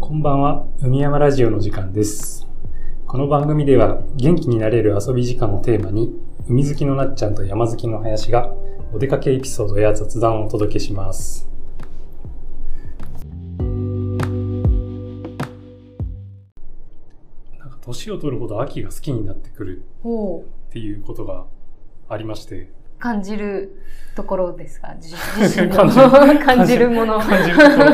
こんばんは、海山ラジオの時間です。この番組では、元気になれる遊び時間をテーマに、海好きのなっちゃんと山好きの林が、お出かけエピソードや雑談をお届けします。なんか、年を取るほど秋が好きになってくるをっていうことがありまして、感じるところで すか自自身感じるの感じるもの。感じるところ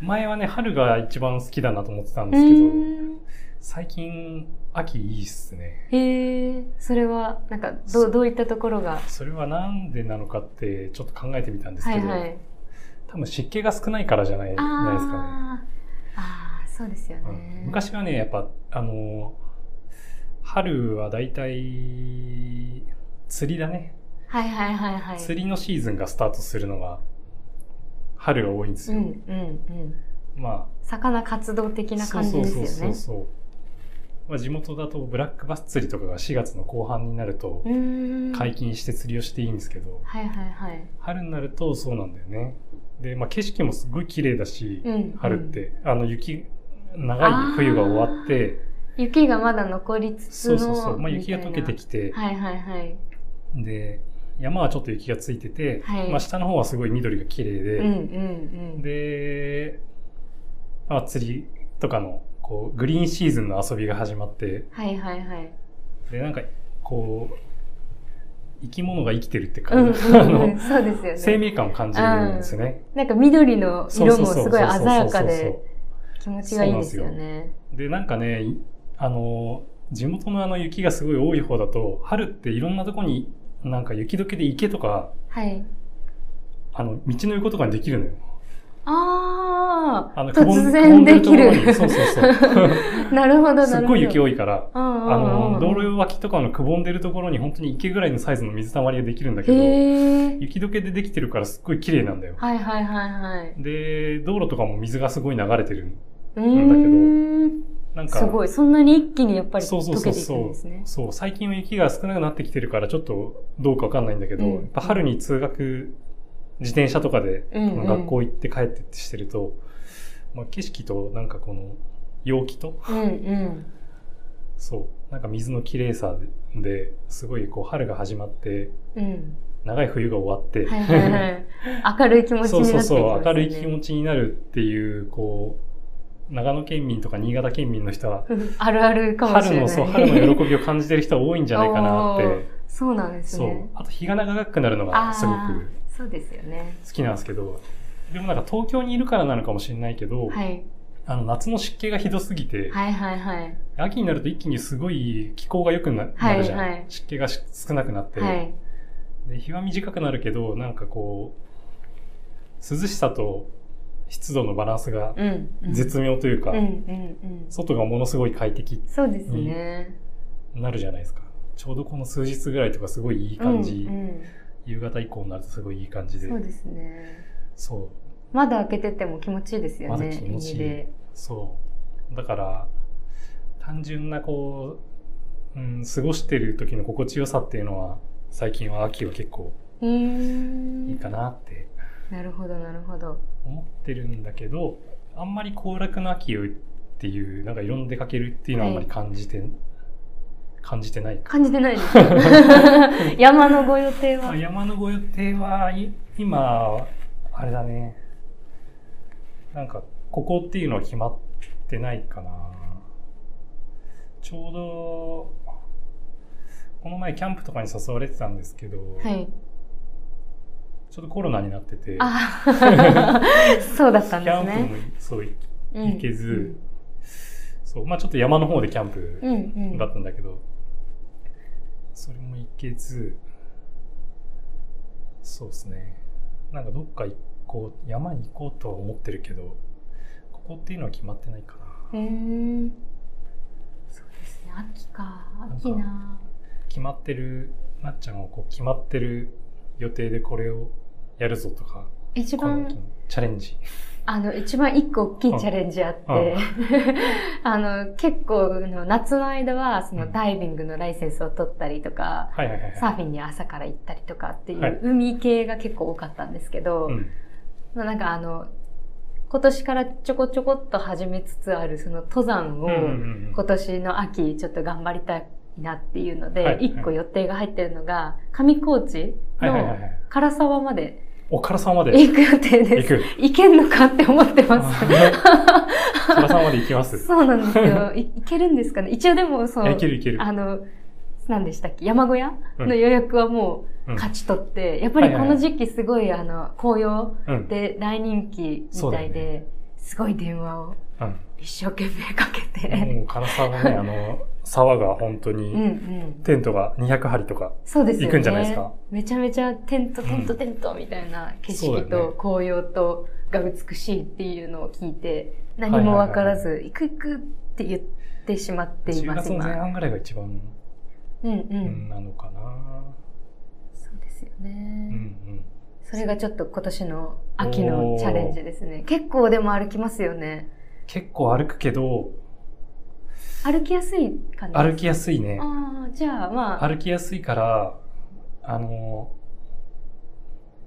前はね、春が一番好きだなと思ってたんうですけど、ーん最近、秋いいっすね。へえ、それは、なんか、どう、どういったところが。それはなんでなのかってちょっと考えてみたんですはけいど、はい。多分湿気が少ないからじゃないないですかね。ああ、ああ、そうですようんね。昔はね、やっぱ、あのー、春はだいたい釣りだね、はいはいはいはい。釣りのシーズンがスタートするのが、春が多いんですうんよ。うんうん。まあ、魚活動的な感じですそよね。うそうそうそう。まあ、地元だとブラックバス釣りとかが4月の後半になるとうーん。解禁して釣りをしていいんですけど、はいはいはい。春になるとそうなんだよね。で、まあ、景色もすごい綺麗だし、うん。春っ。て、あの雪、長い冬が終わって、雪がまだ残りつつそうの。そうそう、まあ、雪が溶けてて。きて、はいはいはい。で、山はちょっと雪がついてて、はいまあ、下の方はすごい緑が綺麗うんうんで、うん。で、まあ、釣りとかの、こう、グリーンシーズンの遊びが始まって、はいはいはい。で、なんか、こう、生き物が生きてるってうん感じ、あうんうのん。、そうですよね。生命感を感じるんですよね。なんか緑のそう色そうもそうすごい鮮やかそうそうそうそうで気持ちがいいですよね。でなんかねいあの地元のあの雪がすごい多い方だと春っていろんなとこになんか雪解けで池とかはい。あの道の横とかにできるのよ。ああのあ、くぼん突然できくぼんでる。ところにそうそうそう なるほど、なるほど。すっごい雪多いから。うんうんうんあの道路脇とかのくぼんでるところに本当に池ぐらいのサイズの水たまりができるんだけどへえ。雪解けでできてるからすっごい綺麗なんだよ。はいはいはいはい。で道路とかも水がすごい流れてる。うなーん。なんかすごい。そんなに一気にやっぱりそう溶そうけそうていくんですね。そう、最近は雪が少なくなってきてるから、ちょっとどうかわかんないんだけど、うんやっぱ春に通学、自転車とかで、うんうん学校行って帰ってってしてると、まあ、景色となんかこの陽気と、うんうん。そう、なんか水の綺麗さで、ですごいこう春が始まって、うん。長い冬が終わって、はいはいはい。明るい気持ちそうになってきそうますね。そう、明るい気持ちになるっていう、こう、長野県民とか新潟県民の人は、うんあるあるかもし春れない。の、そう、春の喜びを感じてる人は多いんじゃないかなっ おてー。そうなんですそうね。あと日が長くなるのあがあ、すごくそうですよね。好きなんですけどでもなんか東京にいるからなのかもしれないけど、はい。あの夏の湿気がひどすぎて、はいはいはい。秋になると一気にすごい気候が良くな,、はいるじゃん、はい湿気がし少なくなって、はい。で日は短くなるけどなんかこう涼しさと湿度のバランスがうん。うん絶妙というか、うんうんうん。外がものすごい快適そうですね。になるじゃないですかちょうどこの数日ぐらいとかすごいいいうん感じ、うん夕方以降になるとすごいいい感じでそうですね。そう窓開けてても気持ちいいですよ窓ね。気持ちいい海でそう。だから、単純なこう、うん、過ごしてる時の心地よさっていうのは、最近は秋は結構うーんいいかなってなるほどなるほど。思ってるんだけど、あんまり行楽の秋をっていう、なんかいろんな出かけるっていうのはあんまり感じて、感じてない。感じてな いです。山のご予定まはあ、。山のご予定は、い今、あれだね。なんか、ここっていうのは決まってないかな。ちょうど、この前キャンプとかに誘われてたんですけど、はい。ちょっとコロナになってて、あそうだったんキですャンプね。もそういうん行けず、そう、まあちょっと山の方でキャンプうんうん。だったんだけど、それも行けずそうですねなんかどっか行こう山に行こうとは思ってるけどここっていうのは決まってないかなうーん。そうですね。秋か。秋な。決まってるなっちゃんをこう決まってる予定でこれをやるぞとか一この番時のチャレンジあの、一番一個大きいチャレンジあって、うんうん あの、結構、あの夏の間は、そうのんダイビングのライセンスを取ったりとか、はいはいはいはいサーフィンに朝から行ったりとかっていはいう海系が結構多かったんですけど、うんまあなんかあの、今年からちょこちょこっと始めつつあるその登山を、うんうん今年の秋ちょっと頑張りたいなっていうのはで、い一個予定が入ってるのが、上高地はいはいはいはのい。唐沢までおからさんまで行く予定で行す。 く。行けんのかって思っておます。 からさんまで行きます。そうなんで すよ。い行けるんですかね一応でもそいやいうけ、るいける。あの、何でしたっけ山小屋うんの予約はもううん勝ち取って、やっぱりこはいはいはのい時期すごいあの、紅葉うん。で大人気みたいそうだで、すごい電話を一生懸命かけうん。て。もうからさん はね、あの、沢が本当うんうに、ん。テントが200張りとか。そうですよね。行くんじゃないですかめちゃめちゃテント、テント、うんテントみたいな景そうだ色よねと紅葉とが美しいっていうのを聞いて、何もわからず、行く行くって言ってしまってい10ます、月の前今。半ぐらいが一番、うんうん。うんなのかな。そうですようね、んうん。それがちょっと今年の秋のチャレンジですね。結構でも歩きますよね。結構歩くけど、歩きやすい感じ歩ききやすいね。ああ、じゃあまあ、歩きやすいから、あの、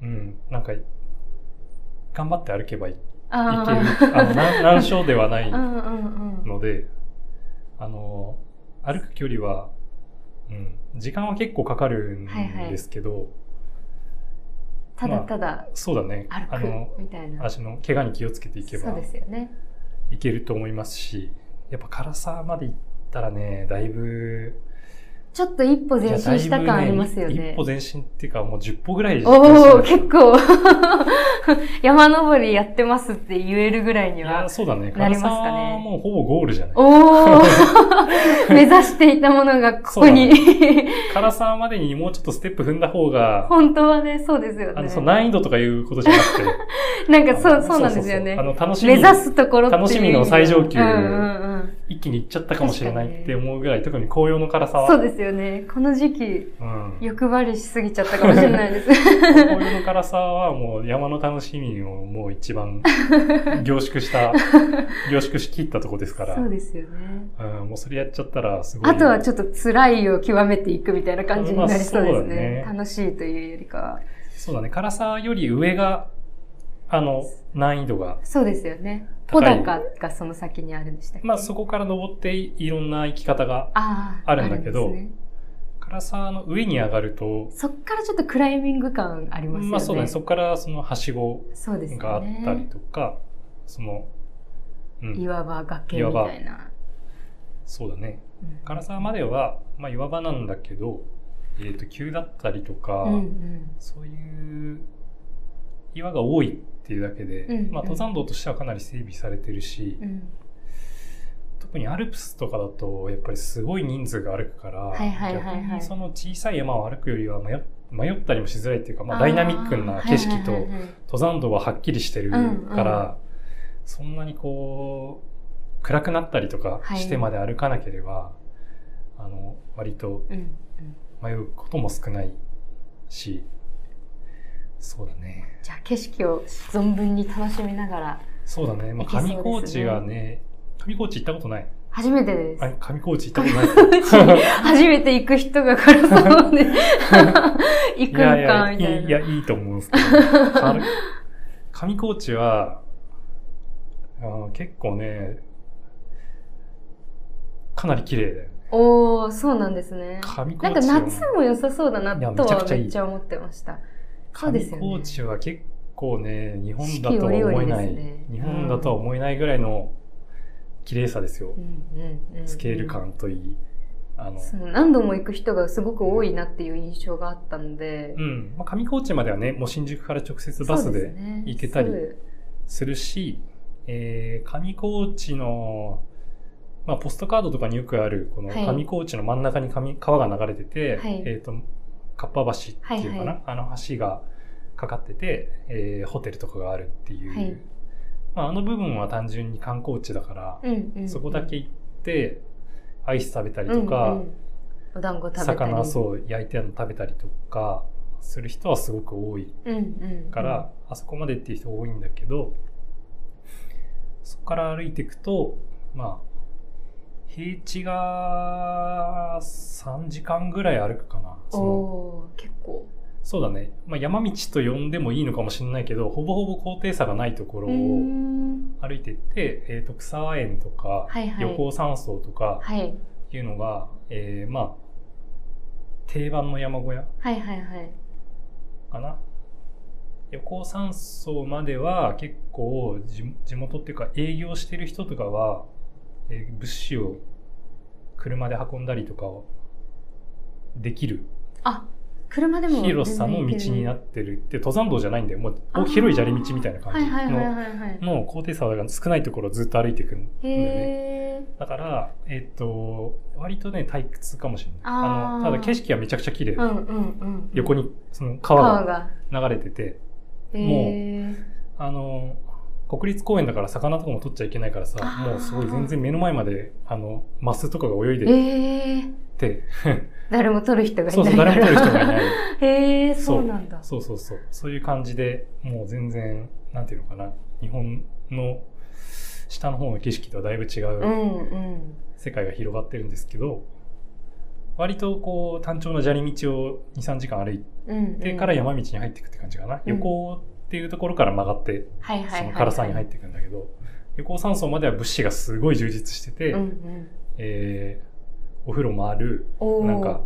うん、なんか、頑張って歩けばいいいけある。あの、 な難所ではなあいうんうんうん。ので、あの、歩く距離は、うん、時間は結構かかるんはいはいですけど、ただただそうだね。あ歩のく、みたいな。足の怪我に気をつけていけそうばですよね。いけると思いますし、やっぱ唐沢まで行ったらね、だいぶ、ちょっと一歩前進した感ありますよいやだいぶね一。歩前進っていうか、もう10歩ぐらいおお、結構、 山登りやってますって言えるぐらいいにはや、。そうだね。唐なります沢かねはもうほぼゴールじゃない。おお 目指していたものがここに。唐沢までにもうちょっとステップ踏んだ方が、 本当はね、そうですよあねの、。そう、難易度とかいうことじゃなくて、なんかそあう、のそうなんですよねそう。そうあの、楽しみ目、指すところっていう意味で楽しみの最上級うんうんうん。一気に行っちゃったかもしれないって思うぐらい、特に紅葉の辛さは、そうですよね。この時期、うん、欲張りしすぎちゃったかもしれないです。紅葉の辛さはもう山の楽しみをもう一番凝縮 した、凝縮しきったとこですから、そうですよね。うん、もうそれやっちゃったらすごい。あとはちょっと辛いを極めていくみたいな感じになりそうでまあそすうだねね。楽しいというよりかは。そうだね、辛さより上が、あの、難易度が、そうですよね。高ポいダカがその先にあるんでしたっけまあそこから登っていろんな生き方が、あーあるんだけどあるんですね辛さの上に上がると、そっからちょっとクライミング感ありますよね。まあそうだね、そこからそのはしごそうですよね。があったりとか、その、うん、岩場、崖みたいな。そうだね。うん唐沢までは、まあ、岩場なんだけど、えー、と急だったりとか、うんうん。そういう岩が多いっていうだけで、うんうんまあ、登山道としてはかなり整備されてるし、うん特にアルプスとかだとやっぱりすごい人数が歩くから、はいはいはいはい逆にその小さい山を歩くよりは迷っ迷ったりもしづらいっていうか、まあ、ダイナミックな景色とあーはいはいはいはい登山道ははっきりしてるから、うんうそんなにこう暗くなったりとかはいしてまで歩かなければ、あの割とうんうん迷うことも少ないしそうだねじゃあ景色を存分に楽しみながらそうだね、まあ、いけそうです上高地ねがね上高地行ったことない初めてですあ上高地行ったことないです 初めて行く人がからさ まで行くんいやいやかみいたいいないやいいと思うんですけ ど軽い上高地はあの結構ねかなり綺麗だよねおおそうなんですね上高なんか地は夏も良さそうだないやとめちゃはくちゃいいめっちゃ思ってましたそうで上すよね高地は結構ね日本だと四季は折々思えない、ですね日本だとは思えないぐらいの綺麗さですよ、スケール感といいあのそう何度も行く人がすごく多いなっていう印象があったのでうんまあ、上高地まではねもう新宿から直接バスそうすでね行けたりすぐするし、えー上高地の、まあ、ポストカードとかによくあるこのはい上高地の真ん中に上川が流れてて、はいえー、とカッパ橋っていうかな、はいはいあの橋がかかってて、えーホテルとかがあるっていう、はいまあ、あの部分は単純に観光地だから、うんうんうんそこだけ行ってアイス食べたりとか、うんうんお団子食べたり魚そう焼いてあるの食べたりとかする人はすごく多いうんうんうんから、あそこまでっていう人多いんだけどそこから歩いていくとまあ平地が3時間ぐらい歩くかなおそのおー結構そうだね、まあ、山道と呼んでもいいのかもしれないけどほぼほぼ高低差がないところうをん歩いていって、えー、と草園とかはいはい旅行山荘とかはいいうのが、えーまあ定番の山小屋はいはいはいかな旅行山荘までは結構地地元っていうか営業してる人とかは、えー物資を車で運んだりとかをできるあ車でも広さの道になっってるって登山道じゃないんだよもうあー広い砂利道みたいな感はいじはいはいのはいはいの高低差が少ないところをずっと歩いていくんだよねへえだから、えっと割とね退屈かもしれないあーのただ景色はめちゃくちゃ綺麗、うんうんうん横にその川川がが流れててへーあの国立公園だから魚とかも取っちゃいけないからさあーもうすごい全然目の前まであのマスとかが泳いでへえて、誰も撮る人がいそうなそういか誰もら取る人がいない へえそうそうなんだそうそうそうそういう感じでもう全然なんていうのかな日本の下の方の景色とはだいぶ違ううんうん世界が広がってるんですけど割とこう単調な砂利道を23時間歩いうんてから山道に入っていくって感じかな、うん横っていうところから曲がってはいはいそはのい唐沢に入っていくんだけど、旅行山荘までは物資がすごい充実してて、うんうんえーお風呂もある、おーなんか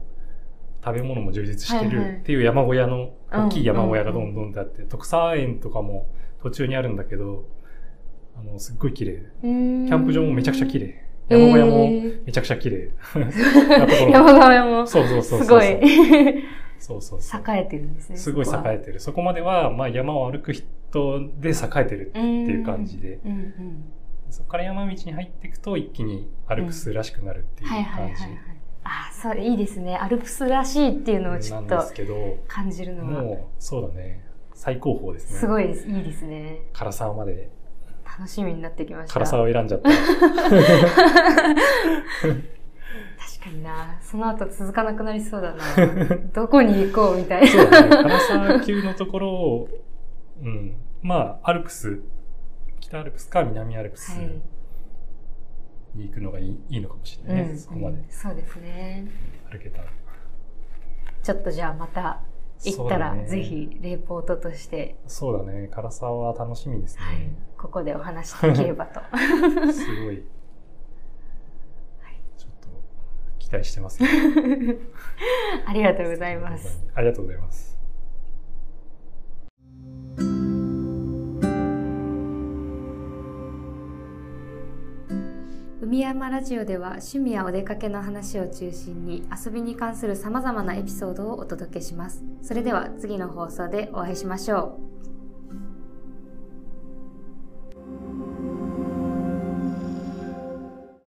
食べ物も充実してはいはいるっていう山小屋の、うん大きい山小屋がどんどんってあって、特産園とかも途中にあるんだけど、あの、すっごい綺麗。キャキャンプ場もめちゃくちゃ綺麗麗。山小屋もめちゃくちゃ綺 麗。なところ山小屋もそうそうそうそう。すごい そうそ栄うそう。えてるんですねすごい栄えてる。そこまでは、まあ山を歩く人で栄えてるってるていう感じで。うんうんそこから山道に入っていくと一気にアルプスらしくなるっていうはいはいはい感じはいあーそういいですねアルプスらしいっていうのをちなょんっでとすけど、感じるのはもうそうだね、最高峰ですね。すごいですいいですね唐沢まで、楽しみになってきました唐確沢を選んじゃった。かになその後続かなくなりそうだな どこに行こうみたいそうなだね、唐沢級のところを、うん、まあアルプス、北アルプスか南アルプスはいに行くのがいい,、い、いのかもしれないね、そこまでうんそうですね歩けたら。ちょっとじゃあまた行ったら、そうだねぜ。ひレポートとして、そうだね、唐沢は楽しみですはいね。ここでお話しできれ ばとす ごい。ちょっと期待してますね。ありがとうございます。ありがとうございます。海山ラジオでは趣味やお出かけの話を中心に遊びに関する様々なエピソードをお届けします。それでは次の放送でお会いしましょう。